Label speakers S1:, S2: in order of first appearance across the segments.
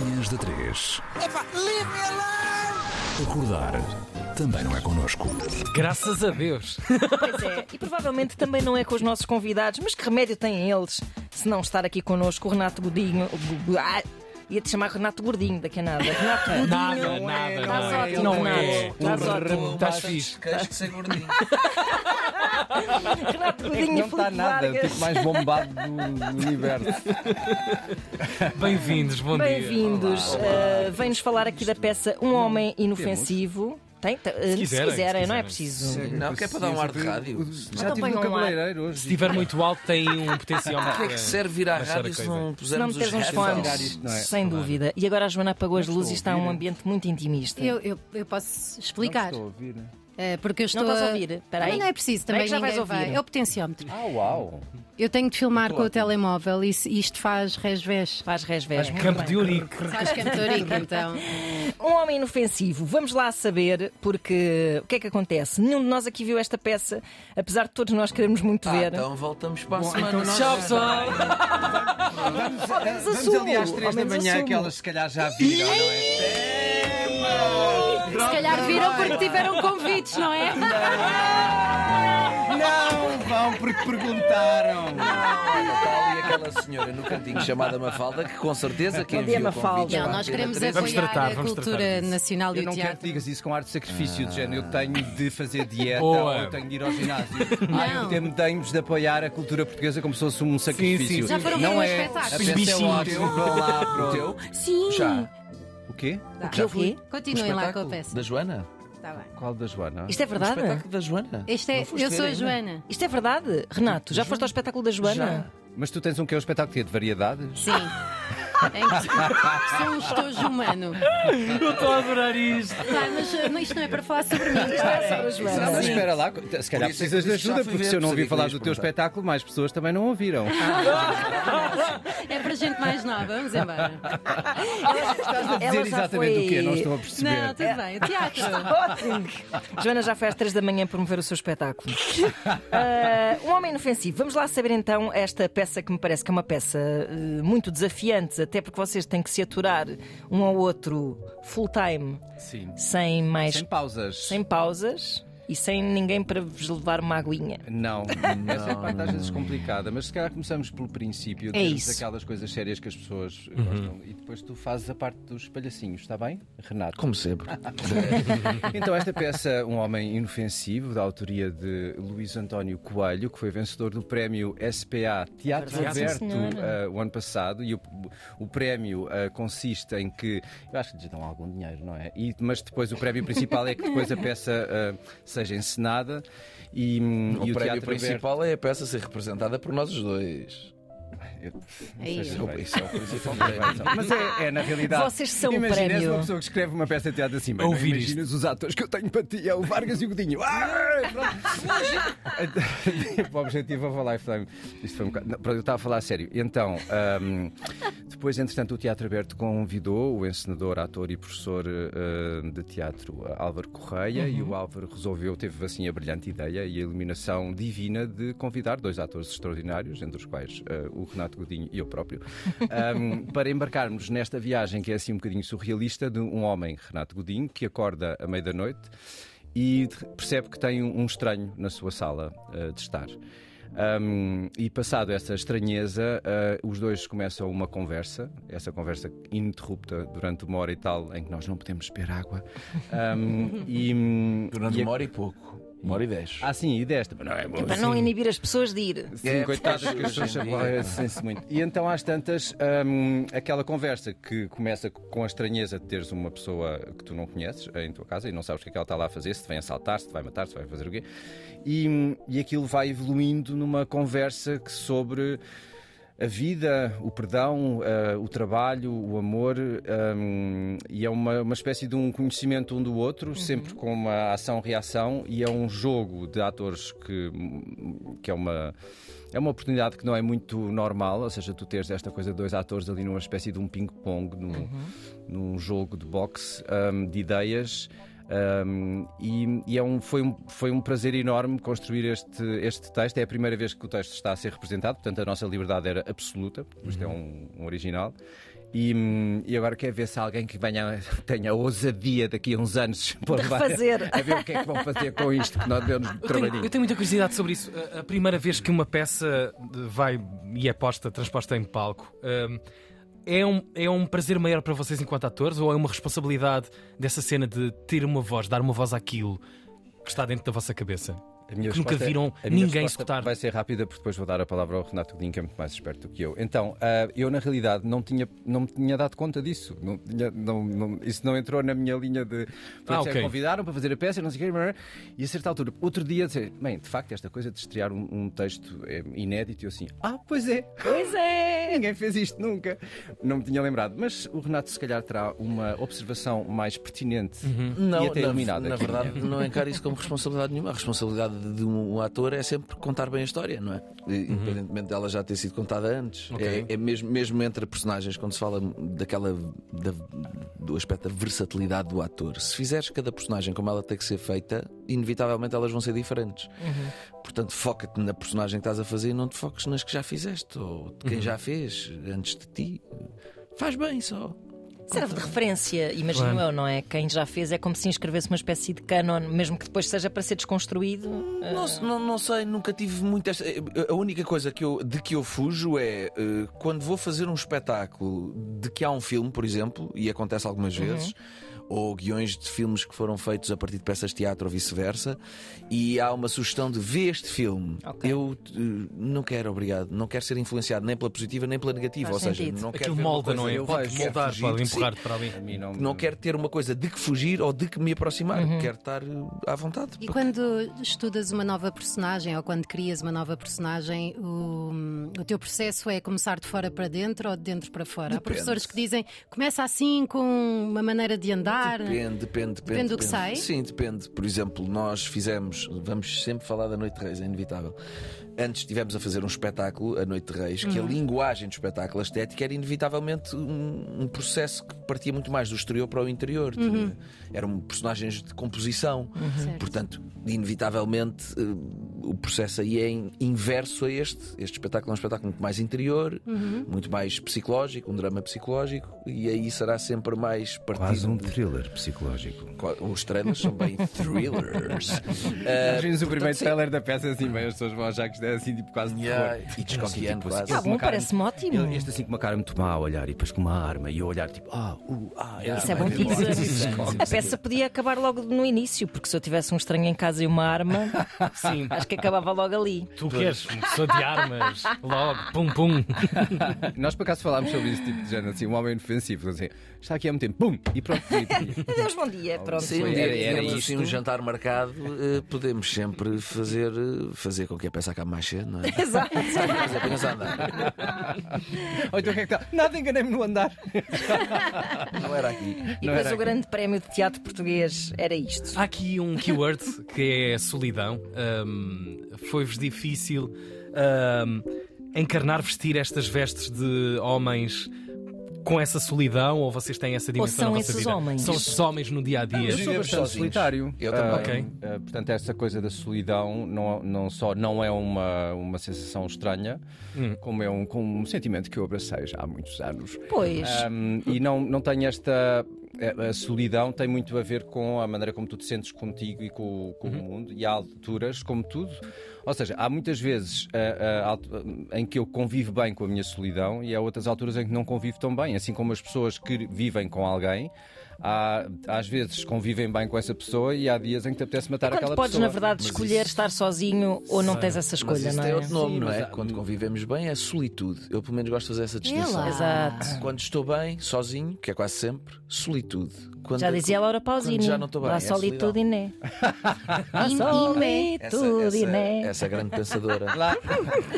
S1: manhãs da 3.
S2: Epá, leave me alone!
S1: Acordar também não é connosco.
S3: Graças a Deus.
S4: Pois é, e provavelmente também não é com os nossos convidados, mas que remédio têm eles se não estar aqui connosco o Renato Godinho? Gu- gu- ah, Ia-te chamar Renato Gordinho daqui a nada. Renato Godinho.
S3: Nada, nada,
S4: Estás
S3: não é.
S4: ótimo,
S3: Não
S4: Renato.
S3: é.
S4: Estás ótimo.
S3: Estás fixe.
S2: Queres que ser gordinho?
S4: Renato Godinho e
S5: Não está
S4: Filipe
S5: nada, o
S4: Vargas.
S5: tipo mais bombado do, do universo.
S3: Bem-vindos, bom dia.
S4: Bem-vindos. Uh, Vem-nos falar aqui da peça Um Homem Inofensivo. Tem? Tem- uh, se,
S3: quiserem,
S4: quiserem,
S3: se
S4: não é
S3: quiserem.
S4: preciso.
S2: Não, que é para dar um ar de rádio.
S5: Já
S4: Então
S5: tive no
S4: ponham lá.
S5: cabeleireiro hoje.
S3: Se estiver muito alto, tem um potencial.
S2: Para que é que serve vir à
S3: Baixar a
S2: rádio se
S3: coisa.
S2: não
S4: Se não
S2: pusermos os
S4: meteres uns
S5: tirar
S4: fones,
S2: headphones?
S5: isto, não é?
S4: sem dúvida. E agora a Joana apagou as luzes e está um ambiente muito intimista.
S6: Eu, eu, eu posso
S5: Não
S6: explicar.
S5: estou a ouvir.
S6: eh, porque eu estou
S4: estás a
S6: a
S4: ouvir? Espera aí.
S6: Não, não é
S4: Não
S6: preciso,
S4: é
S6: também
S4: que já vais
S6: ninguém vai.
S4: ouvir.
S6: É o potenciómetro.
S5: Ah, uau!
S6: Eu tenho de filmar com o telemóvel e se- isto faz resvés.
S4: Faz resvés. muito
S3: Campo
S4: bem.
S3: de Urique.
S6: Faz cantorica, então.
S4: Um homem inofensivo. Vamos lá saber, porque o que é que acontece? Nenhum de nós aqui viu esta peça, apesar de todos nós queremos muito
S2: Ah,
S4: ver.
S2: então voltamos para a semana. Nós-
S3: Tchau, pessoal.
S4: menos
S5: Vamos ali
S4: assumo,
S5: às
S4: ao
S5: 3 da
S4: menos
S5: manhã,
S4: assumo.
S5: que elas se calhar já viram, não é?
S6: Se calhar viram porque tiveram convites, não é?
S5: Não vão porque perguntaram.
S2: Está ali aquela senhora no cantinho chamada Mafalda, que com certeza quem
S4: Bom dia,
S2: viu o
S4: Mafalda.
S2: convite.
S6: Não,
S2: vai
S6: nós
S2: ter
S6: queremos
S2: interesse.
S6: apoiar
S3: Vamos tratar,
S6: a
S3: vamos
S6: cultura
S3: tratar disso.
S6: nacional e
S5: Eu
S6: o
S5: não quero
S6: teatro.
S5: que digas isso com ar de sacrifício, de género. Eu tenho de fazer dieta
S3: Boa.
S5: ou tenho de ir ao ginásio. Ah, eu
S6: Não.
S5: tenho- Tenho de apoiar a cultura portuguesa como se fosse um sacrifício.
S3: sim.
S6: Já foram ver
S5: não
S6: um
S5: é. A
S6: espetáculo?
S5: peça é
S3: Bichinhos.
S5: ótima, vão lá, pronto.
S6: Sim.
S2: Já.
S5: O quê?
S6: Tá.
S4: Que eu vi.
S2: O
S6: Continuem lá com a
S2: espetáculo
S6: peça.
S2: da Joana?
S6: Tá bem.
S5: Qual da Joana?
S4: Isto é
S2: O
S4: verdade?
S2: espetáculo da Joana?
S6: Este é,
S2: Não foste
S6: eu sou
S2: ver
S6: a
S2: ainda?
S6: Joana.
S4: Isto é verdade, Renato. Já foste ao espetáculo da Joana?
S5: Mas tu tens um que é o espetáculo que é de variedades?
S6: Sim. Em que sou um estojo humano.
S3: Eu estou a adorar isto.
S6: Tá, mas eh, isto não é para falar sobre mim. Isto é sobre a
S5: Não,
S6: Joana.
S5: mas espera lá, se calhar
S2: Por isso é que
S5: precisas de
S2: disse, já
S5: ajuda,
S2: fui
S5: porque
S2: ver,
S5: se eu não
S2: por isso
S5: ouvi
S2: Ah, é que
S5: falar
S2: quis
S5: do teu
S2: perguntar.
S5: espetáculo, mais pessoas também não ouviram. Ah,
S6: É para gente mais nova, vamos embora.
S5: Estás a
S4: Ela
S5: dizer
S4: já
S5: exatamente
S4: foi-
S5: o quê? Não estou a
S6: Não,
S5: perceber.
S6: tudo bem, o teatro.
S4: Ótimo. Joana já foi às 3 da manhã promover o seu espetáculo. Ah, um homem inofensivo. Vamos lá saber então esta peça que me parece que é uma peça eh, muito desafiante, até porque vocês têm que se aturar um ao outro full time,
S5: Sim.
S4: sem mais
S5: Sem pausas.
S4: sem pausas e sem ninguém para vos levar uma aguinha.
S5: Não, é essa parte às vezes complicada, mas se calhar começamos pelo princípio,
S2: É
S5: temos
S4: isso.
S5: aquelas coisas sérias que as pessoas
S2: Uhum.
S5: eh, gostam e depois tu fazes a parte dos palhacinhos, está bem, Renato?
S2: Como sempre.
S5: Então, esta peça, Um Homem Inofensivo, da autoria de Luís António Coelho, que foi vencedor do prémio SPA Teatro
S4: Verdade, sim,
S5: Aberto
S4: senhora.
S5: ah, o ano passado. E o, o prémio ah, consiste em que. Eu acho que lhes dão algum dinheiro, não é? E- mas depois o prémio principal é que depois a peça ah, seja encenada e, hum, e
S2: O prémio
S5: teatro
S2: principal é a peça ser representada por nós os dois.
S5: aberto- Eu-
S6: Aí.
S5: seja bem.
S2: Isso é o
S5: Então,
S2: principal
S5: Mas é, é, na realidade.
S4: Vocês são o
S5: Imagina, és
S4: prémio.
S5: uma pessoa que escreve uma peça de teatro assim, bem, não
S3: Ouvir
S5: imaginas os atores que eu tenho para ti, é o Vargas e o Godinho. Ah, pronto. o objetivo a falar foi. Isto foi um bocado. não, pronto, eu estava a falar a sério. Então, ahm, depois, entretanto, o Teatro Aberto convidou o encenador, ator e professor ah, de teatro ah, Álvaro Correia e o Álvaro resolveu, teve assim a brilhante ideia e a iluminação divina de convidar dois atores extraordinários, entre os quais ah, o Renato Godinho e eu próprio, ahm, para embarcarmos nesta viagem que é assim um bocadinho surrealista de um homem, Renato Godinho, que acorda à meia-da-noite e de- percebe que tem um um estranho na sua sala ah, de estar. Ahm, e passado essa estranheza, ah, os dois começam uma conversa, essa conversa ininterrupta durante uma hora e tal, em que nós não podemos beber água. Ahm, e, hum,
S2: Durante
S5: e a-
S2: uma hora e pouco. Uma hora e dez.
S5: Ah, sim, e desta. Mas não é
S4: É para não inibir as pessoas de ir.
S5: Sim,
S2: É,
S5: coitadas
S2: porque
S5: que as pessoas
S2: hoje em dia-
S5: aborrecem-se É, muito. E então, às tantas, hum, aquela conversa que começa com a estranheza de teres uma pessoa que tu não conheces eh, em tua casa e não sabes o que é que ela está lá a fazer, se te vem assaltar, se te vai matar, se vai fazer o quê. E, hum, e aquilo vai evoluindo numa conversa que sobre a vida, o perdão, eh, o trabalho, o amor, hum, e é uma, uma espécie de um conhecimento um do outro, sempre com uma ação-reação, e é um jogo de atores que, hum, que é uma. É uma oportunidade que não é muito normal, ou seja, tu teres esta coisa de dois atores ali numa espécie de um ping-pong, num, num jogo de boxe, hum, de ideias. hum, e e é um, foi, um, foi um prazer enorme construir este, este texto. É a primeira vez que o texto está a ser representado, portanto, a nossa liberdade era absoluta, porque isto é um, um original. E, hum, e agora quer ver se alguém que venha, tenha a ousadia daqui a uns anos para levar-
S4: refazer.
S5: a ver o que é que vão fazer com isto que nós deu-nos
S3: Eu tenho,
S5: trabalhinho.
S3: eu tenho muita curiosidade sobre isso. A, a primeira vez que uma peça de- vai e é posta, transposta em palco, hum, é, um, é um prazer maior para vocês enquanto atores ou é uma responsabilidade dessa cena de ter uma voz, dar uma voz àquilo que está dentro da vossa cabeça?
S5: A minha
S3: que nunca
S5: resposta- é-
S3: viram
S5: a minha
S3: ninguém
S5: resposta
S3: escutar.
S5: Vai ser rápida, porque depois vou dar a palavra ao Renato Godinho, que é muito mais esperto do que eu. Então, ah, eu na realidade não, tinha, não me tinha dado conta disso. Não tinha- não- não- isso não entrou na minha linha de.
S3: Ah,
S5: Disseram,
S3: ok.
S5: Convidaram para fazer a peça, não sei o quê, e a certa altura, outro dia, dizer, bem, de facto, esta coisa de estrear um, um texto é, inédito, e eu assim, ah, pois é.
S4: Pois é.
S5: Ninguém fez isto nunca. Não me tinha lembrado. Mas o Renato, se calhar, terá uma observação mais pertinente
S3: Uhum.
S5: e até
S2: na,
S5: iluminada.
S2: na
S5: que a
S2: verdade,
S5: minha.
S2: não encaro isso como responsabilidade nenhuma. A responsabilidade de um, ator é sempre contar bem a história, não é? E, Independentemente dela já ter sido contada antes.
S3: Ok.
S2: É, é mesmo, mesmo entre personagens, quando se fala daquela. da- do aspecto da versatilidade do ator. Se fizeres cada personagem como ela tem que ser feita, inevitavelmente elas vão ser diferentes. Portanto, foca-te na personagem que estás a fazer e não te foques nas que já fizeste ou de quem já fez antes de ti. Faz bem só.
S4: Serve de referência, imagino
S3: Claro.
S4: eu, não é? Quem já fez é como se inscrevesse uma espécie de canon, mesmo que depois seja para ser desconstruído.
S2: Não, se- não, não sei, nunca tive muito esta. eh, A única coisa que eu, de que eu fujo é eh, quando vou fazer um espetáculo de que há um filme, por exemplo, e acontece algumas
S4: Uhum.
S2: vezes, ou guiões de filmes que foram feitos a partir de peças de teatro ou vice-versa, e há uma sugestão de ver este filme.
S4: Ok.
S2: Eu eh, não quero, obrigado, não quero ser influenciado nem pela positiva nem pela negativa.
S4: Faz
S2: ou seja,
S4: sentido.
S2: não quero
S3: Aquilo
S2: ver uma
S3: molda,
S2: coisa-
S3: não é?
S2: eu
S3: Pode
S2: quero
S3: moldar,
S2: fugir
S3: pode
S2: de-
S3: empurrar-te para ali.
S5: A mim não,
S2: Não quero ter uma coisa de que fugir ou de que me aproximar,
S4: Uhum.
S2: quero estar eh, à vontade.
S6: E quando estudas uma nova personagem ou quando crias uma nova personagem, o, o teu processo é começar de fora para dentro ou de dentro para fora? Há professores que dizem começa assim com uma maneira de andar.
S2: Depende, depende, depende.
S6: Depende do que sai?
S2: Sim, depende. Por exemplo, nós fizemos, vamos sempre falar da Noite de Reis, é inevitável. Antes estivemos a fazer um espetáculo, a Noite de Reis,
S6: Uhum.
S2: que a linguagem do espetáculo, a estética, era inevitavelmente um, um processo que partia muito mais do exterior para o interior. Eram personagens de composição.
S6: Uhum. Certo.
S2: Portanto, inevitavelmente eh, o processo aí é in- inverso a este. Este espetáculo é um espetáculo muito mais interior,
S6: Uhum.
S2: muito mais psicológico, um drama psicológico, e aí será sempre mais partido
S1: Quase um thriller psicológico.
S2: Qua- Os trailers são bem thrillers. Ah,
S5: Imagina o primeiro
S2: sim.
S5: trailer da peça assim, bem, as pessoas vão achar que isto é assim, tipo quase de
S2: Yeah,
S5: terror.
S2: e desconfiando
S5: tipo,
S2: Ah, quase.
S5: assim,
S4: Ah,
S5: com
S4: bom,
S5: uma cara-
S4: parece-me ótimo.
S5: Ele- Este assim com uma cara muito má a olhar e depois com uma arma e eu a olhar tipo, ah, uh, ah, yeah,
S4: Isso é
S5: vai
S4: bom
S5: ver logo.
S4: teaser. A peça podia acabar logo no início, porque se eu tivesse um estranho em casa e uma arma,
S3: Sim.
S4: acho que acabava logo ali.
S3: Tu queres uma pessoa de armas, logo, pum pum.
S5: Nós por acaso falámos sobre isso, tipo de género, assim, um homem inofensivo, assim, está aqui há muito tempo, pum, e pronto. E,
S4: Adeus, bom dia. Pronto.
S2: Sim, um
S5: Era-
S2: dia
S5: era
S2: que temos
S5: isto.
S2: assim um jantar marcado, eh, podemos sempre fazer, eh, fazer com que a peça acabe mais cedo, não é?
S4: Exato.
S2: Mas é apenas a andar.
S5: Ou então o que é que está? Nada, enganei-me no andar.
S2: Não era aqui.
S4: E
S5: Não
S4: depois
S5: era
S4: o grande prémio de teatro português era isto.
S3: Há aqui um keyword que é solidão. Hum, Foi-vos difícil hum, encarnar, vestir estas vestes de homens com essa solidão ou vocês têm essa dimensão na
S4: são
S3: vossa
S4: esses
S3: vida?
S4: homens?
S3: São esses homens no dia a dia.
S5: Eu sou
S2: Vivemos
S5: bastante
S2: sozinhos.
S5: solitário.
S2: Eu também.
S5: Ah,
S3: Ok.
S5: ah, portanto, essa coisa da solidão não, não só não é uma, uma sensação estranha, como é um, como um sentimento que eu abracei já há muitos anos.
S4: Pois.
S5: Um, e não, não tem esta. eh, a- A solidão tem muito a ver com a maneira como tu te sentes contigo e com, o- com
S4: Uhum.
S5: o mundo, e há alturas, como tudo. Ou seja, há muitas vezes ah, ah, alt- em que eu convivo bem com a minha solidão e há outras alturas em que não convivo tão bem. Assim como as pessoas que vivem com alguém, há, às vezes convivem bem com essa pessoa e há dias em que te apetece matar
S4: Quando
S5: aquela
S4: podes,
S5: pessoa.
S4: na verdade, escolher estar sozinho ou não tens essa
S2: Mas
S4: escolha,
S2: isso
S4: não
S2: tem
S4: é?
S2: outro nome,
S5: Sim,
S2: não
S5: mas
S2: é?
S5: há-
S2: Quando convivemos bem é solitude. Eu pelo menos gosto de fazer essa distinção.
S6: lá.
S4: É Exato.
S2: Quando estou bem, sozinho, que é quase sempre, solitude. Quando
S4: Já dizia a Laura Pausini.
S2: Quando já não estou bem,
S4: La
S2: é solidão.
S4: solitudine. La
S6: Im-
S4: né
S2: Essa,
S4: solitudine.
S2: essa, essa é grande pensadora.
S5: Lá,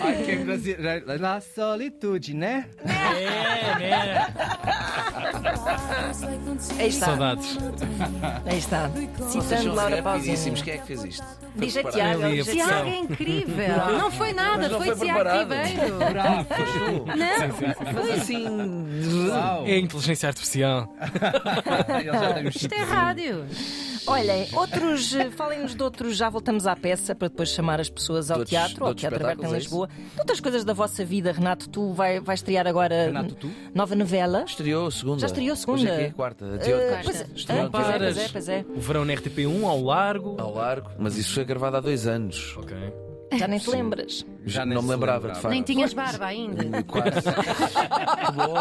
S5: ai, que é brasileiro. Lá, solitude, né?
S3: É, né?
S4: Aí está,
S3: Saudades.
S4: aí está.
S2: Vocês
S4: Citando
S2: são
S4: Laura
S2: rapidíssimos.
S4: Pausini.
S2: Quem é que fez isto?
S4: DJ
S2: Foi
S4: Tiago,
S3: Ali,
S4: é o DJ
S3: a
S6: Tiago é incrível! Não foi nada,
S2: Mas não
S6: foi
S2: foi
S6: Tiago
S2: preparado.
S6: Ribeiro!
S2: preparado.
S6: Não,
S2: Mas assim.
S5: Uau!
S3: É a inteligência artificial.
S5: Ele já tem um
S6: isto
S5: chip.
S6: é rádio!
S4: Olhem, outros, eh, falem-nos de outros, já voltamos à peça para depois chamar as pessoas ao
S2: De outros- de
S4: teatro, ao
S2: outros
S4: Teatro Aberto em
S2: espetáculos, é
S4: Lisboa. De outras coisas da vossa vida, Renato, tu vai, vai estrear agora
S5: Renato, tu?
S4: nova novela.
S2: Estreou segunda.
S4: Já estreou segunda.
S2: Hoje é que é quarta. Até
S4: Eh,
S2: ontem.
S4: pois, é,
S2: Estreou
S4: ah,
S2: ontem.
S4: pois é, pois é, pois é.
S3: O verão na RTP1 ao largo.
S2: Ao largo. Mas isso foi gravado há dois anos.
S3: Ok.
S4: é. Já nem te lembras.
S5: Já nem
S2: não me
S5: se
S2: lembrava,
S5: lembrava.
S2: de facto.
S6: Nem tinhas barba ainda.
S2: Quase. Que bom.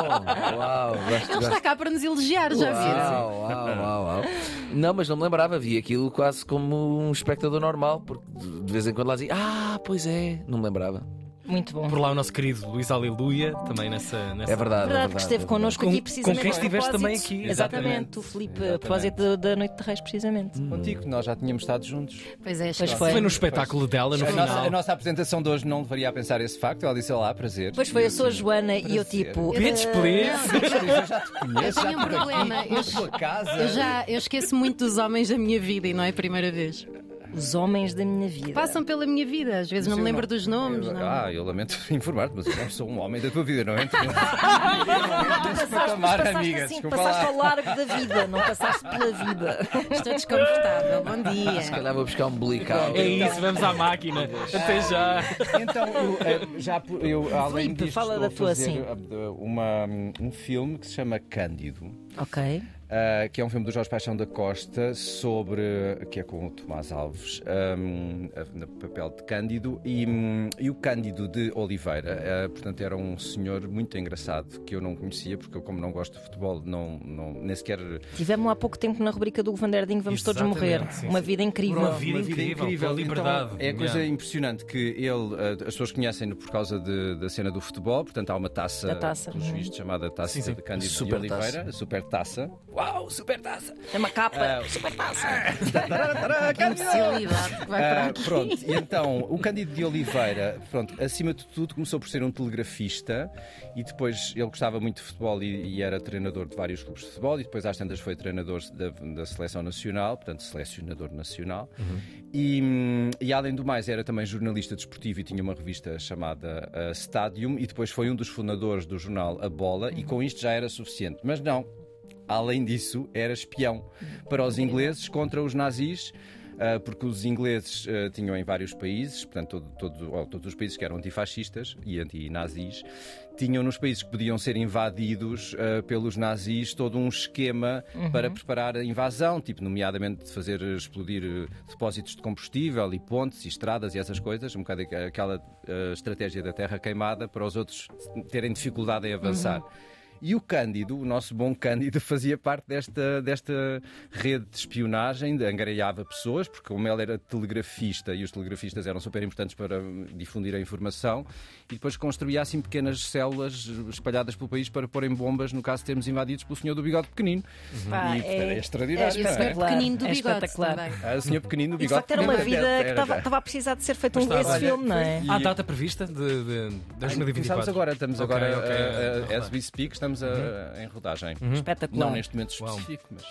S2: Uau, gosto,
S6: Ele
S2: gosto.
S6: está cá para nos elogiar, já vi.
S2: Uau, uau, uau, uau. Não, mas não me lembrava, vi aquilo quase como um espectador normal, porque de de vez em quando lá dizia, ah, pois é, não me lembrava.
S4: Muito bom.
S3: Por lá o nosso querido Luís Aleluia, também nessa. nessa...
S2: É verdade, é
S4: É verdade que esteve
S2: é
S4: connosco
S3: Com-
S4: aqui
S3: com
S4: precisamente.
S3: quem
S4: a
S3: estiveste
S4: propósito.
S3: também aqui.
S4: Exatamente,
S5: Exatamente.
S4: o Filipe, a
S5: Exatamente. Hum.
S4: propósito da- da Noite de Reis, precisamente.
S5: Contigo, nós já tínhamos estado juntos.
S6: Pois é,
S4: Pois
S6: esquece.
S4: foi.
S3: Foi no espetáculo dela, no
S5: A
S3: final.
S5: nossa, a nossa apresentação de hoje não levaria a pensar esse facto. Ela disse: Olá, prazer.
S4: Depois foi, eu sou a Joana e eu
S5: Prazer.
S4: tipo.
S3: Bitch, please.
S5: Eu já te conheço.
S6: Eu
S5: já
S6: tenho um
S5: estive
S6: problema.
S5: aqui,
S6: Eu-
S5: na sua casa.
S6: Eu já eu esqueço muito dos homens da minha vida e não é a primeira vez.
S4: Os homens da minha vida.
S6: Passam pela minha vida, às vezes não me lembro dos nomes.
S5: Eu-
S6: não.
S5: Ah, eu lamento informar-te, mas eu não sou um homem da tua vida, não é?
S4: passaste,
S5: para
S4: mas
S5: tomar,
S4: passaste
S5: amiga,
S4: assim,
S5: desculpa
S4: passaste
S5: lá.
S4: ao largo da vida, não passaste pela vida.
S6: Estou desconfortável. Bom
S2: Se
S6: dia.
S2: calhar vou buscar um belical.
S3: É isso, vamos à máquina. Até já.
S5: Então, eu, eh, já, por- eu além
S4: Filipe,
S5: disto,
S4: fala
S5: estou
S4: da
S5: a
S4: tua,
S5: fazer
S4: sim.
S5: eh, uma- um filme que se chama Cândido.
S4: Ok.
S5: Uh, que é um filme do Jorge Paixão da Costa sobre que é com o Tomás Alves um, a- no papel de Cândido e, hum, e o Cândido de Oliveira uh, portanto era um senhor muito engraçado que eu não conhecia porque eu como não gosto de futebol não, não nem sequer
S4: Tivemos há pouco tempo na rubrica do Govanderdinho Vamos Todos
S3: Exatamente,
S4: Morrer.
S3: sim,
S4: uma
S3: sim.
S4: vida incrível.
S3: Uma vida incrível, pela
S5: Então,
S3: liberdade.
S5: é a coisa
S3: Yeah.
S5: impressionante que ele, uh, as pessoas conhecem-no por causa de- da cena do futebol, portanto há uma taça,
S4: Da taça. é?
S5: pelos vistos, chamada taça
S3: Sim, sim.
S5: de Cândido de
S2: Super
S5: Oliveira,
S2: taça.
S5: super taça. Uau, super taça!
S4: É uma capa super taça.
S5: Tarará, Cândido!
S6: Facilidade que vai para
S5: Ah,
S6: aqui.
S5: pronto, e então o Cândido de Oliveira, pronto, acima de tudo começou por ser um telegrafista e depois ele gostava muito de futebol e, e era treinador de vários clubes de futebol e depois às tantas foi treinador da, da seleção nacional, portanto selecionador nacional e, hum, e, além do mais era também jornalista desportivo e tinha uma revista chamada ah, Stadium e depois foi um dos fundadores do jornal A Bola
S6: Uhum.
S5: e com isto já era suficiente, mas não, Além disso, era espião para os ingleses contra os nazis. ah, porque os ingleses ah, tinham em vários países, portanto, todo- todo- ou todos os países que eram antifascistas e antinazis, tinham nos países que podiam ser invadidos ah, pelos nazis todo um esquema para preparar a invasão, tipo, nomeadamente de fazer explodir eh, depósitos de combustível e pontes e estradas e essas coisas, um bocado aqu- aquela eh, estratégia da terra queimada para os outros terem dificuldade em avançar. E o Cândido, o nosso bom Cândido, fazia parte desta, desta rede de espionagem, de angariava pessoas, porque como ele era telegrafista e os telegrafistas eram super importantes para hum, difundir a informação, e depois construía assim pequenas células espalhadas pelo país para porem bombas, no caso de termos invadidos pelo senhor do bigode pequenino.
S4: Pá,
S5: E, portanto,
S4: é-
S5: é
S2: Ah,
S5: extraordinário,
S6: E o
S5: não é?
S6: senhor pequenino do
S4: É
S6: bigode
S4: espetacular.
S6: também.
S5: Ah, o senhor pequenino do
S4: E de
S5: bigode.
S4: facto era uma
S5: pequenino,
S4: vida que
S5: era,
S4: estava
S5: era.
S4: estava a precisar de ser feito um
S3: Mas
S4: esse
S3: estava-
S4: filme, não é?
S3: Há data prevista de, de 2024?
S5: Começámos agora, estamos
S3: Ok,
S5: agora,
S3: ok,
S5: uh, uh,
S3: ok. Uhum.
S5: as we speak, estamos uh, em rodagem. Não
S4: Espetacular.
S5: neste momento
S3: Uau.
S5: específico, mas.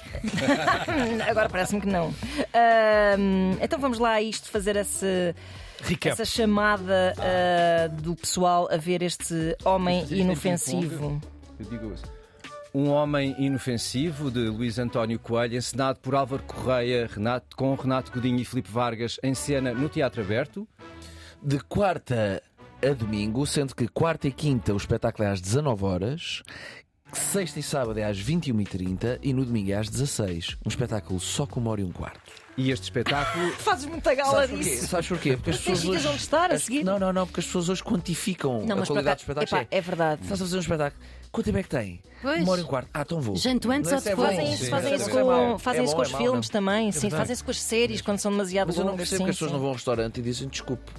S4: Agora parece-me que não. Ahm, então vamos lá a isto fazer esse-
S3: Recap.
S4: essa chamada ah, do pessoal a ver este homem
S5: Isto é
S4: inofensivo.
S5: Eu digo isso. Um Homem Inofensivo, de Luís António Coelho, encenado por Álvaro Correia, Renato, com Renato Godinho e Filipe Vargas, em cena no Teatro Aberto.
S2: De quarta a domingo, sendo que quarta e quinta o espetáculo é às 19 horas. Sexta e sábado é às 21h30 e no domingo é às 16 Um espetáculo só com uma hora e um quarto.
S5: E este espetáculo
S4: Fazes muita gala
S2: Sabes porquê?
S4: disso.
S2: Sabes porquê? Porque as
S4: Porque tens
S2: pessoas
S4: sítios
S2: hoje...
S4: onde estar a
S2: as-
S4: seguir.
S2: Não, não, não, porque as pessoas hoje quantificam
S4: Não,
S2: a
S4: mas por
S2: qualidade do
S4: acaso-
S2: espetáculo.
S4: epá, é verdade.
S2: Estás a fazer um espetáculo. Quanto tempo é que tem?
S6: Pois.
S2: Uma hora e um quarto. Ah, então vou.
S6: Janto antes
S2: Não,
S6: ou
S2: isso é
S6: depois?
S2: bom.
S4: Fazem isso,
S2: Sim,
S4: fazem isso
S2: é mau.
S4: com, fazem
S2: É
S4: isso
S2: bom,
S4: com
S2: é
S4: os
S2: mau,
S4: filmes
S2: não.
S4: também, sim,
S3: verdade.
S4: fazem isso com as séries quando são demasiado
S2: Mas eu
S4: longas.
S2: não percebo
S4: sim,
S2: que as pessoas
S4: sim.
S2: não vão ao restaurante e dizem desculpe,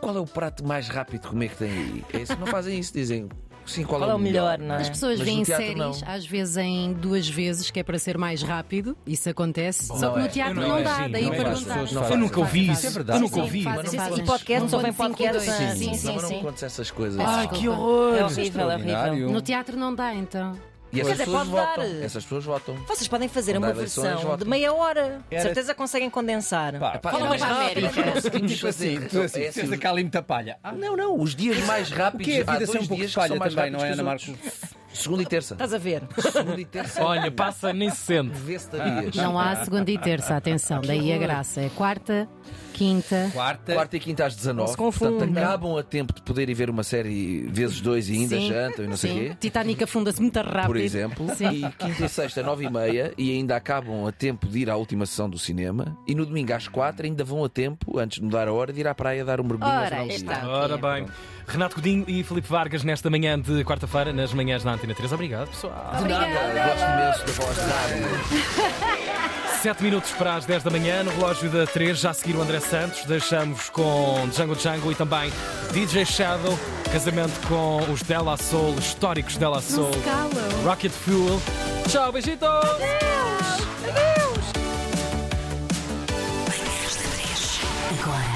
S2: qual é o prato mais rápido de comer que tem aí? É isso, não fazem isso, dizem sim, qual,
S4: Qual é o melhor, não é?
S6: As pessoas
S2: Mas no
S6: veem
S2: teatro,
S6: séries,
S2: não.
S6: às vezes em duas vezes, que é para ser mais rápido, isso acontece. Só que
S2: não
S6: no
S2: é.
S6: teatro
S3: Eu
S6: não,
S3: não
S6: dá,
S3: imagino,
S6: daí
S2: não é.
S6: perguntar.
S2: As pessoas não Eu
S6: Fazem,
S2: nunca
S3: ouvi
S6: fazem,
S3: isso, é
S6: fazem.
S2: verdade. Eu nunca
S6: Sim,
S3: ouvi,
S6: fazem,
S3: mas
S4: Sim, sim,
S6: fazem.
S4: e podcast,
S6: Não
S4: só vem
S6: vão de cinco em
S4: podcast.
S6: dois.
S4: Sim,
S6: Sim,
S4: sim,
S2: não, não
S4: sim.
S2: contes essas coisas.
S6: Ah,
S3: Ai,
S6: Desculpa.
S3: que horror!
S4: É horrível, é horrível.
S5: extraordinário.
S6: No teatro não dá, então.
S2: E
S4: Quer
S2: essas
S4: dizer,
S2: pessoas
S4: pode dar.
S2: votam. Essas pessoas votam.
S4: Vocês podem fazer
S2: Quando
S4: uma
S2: há eleições,
S4: versão de
S2: votam.
S4: meia hora. De
S5: Era-
S4: certeza conseguem condensar.
S5: Pá, Ah,
S2: é
S5: pá,
S6: Fala mais rápido.
S2: Não conseguimos
S5: tipo assim,
S2: fazer.
S5: tu assim,
S2: É assim,
S5: tens aquela muita palha. Ah,
S2: Não, não, os dias mais
S5: o
S2: rápidos.
S5: que é a
S2: há
S5: vida ser
S2: dois
S5: um pouco
S2: dias que são
S5: espalha
S2: mais
S5: também, não
S2: rápidos
S5: é,
S2: que os
S5: Ana
S2: outros.
S5: Marcos?
S2: Segunda e terça.
S4: Estás a ver?
S2: Segunda e terça.
S3: Olha, passa, nem se sente.
S2: Vê se te havias.
S6: Não há segunda e terça, atenção, daí a graça. É quarta, quinta.
S5: Quarta.
S2: Quarta e quinta às 19.
S4: Não se confunda.
S2: Portanto, acabam a tempo de poder ir ver uma série vezes dois e ainda
S6: Sim,
S2: jantam e não sei o
S6: sim.
S2: quê.
S6: Titanic afunda-se muito rápido.
S2: Por exemplo,
S6: Sim.
S2: e quinta e sexta, nove e meia, e ainda acabam a tempo de ir à última sessão do cinema, e no domingo às quatro ainda vão a tempo, antes de mudar a hora, de ir à praia dar um mergulho ao
S6: Ora, então.
S2: final
S6: aí
S2: do dia.
S6: está.
S3: Ora bem. Renato Godinho e Filipe Vargas nesta manhã de quarta-feira, nas manhãs da Antena 3. Obrigado, pessoal.
S6: Obrigada.
S2: Gosto imenso da voz da Água.
S3: 7 minutos para as 10 da manhã, no relógio da 3, já a seguir o André Santos. Deixamos com Django Django e também DJ Shadow, casamento com os Della Soul, históricos Della Soul.
S6: calam.
S3: Rocket Fuel. Tchau, beijitos!
S7: Manhãs da 3. Agora.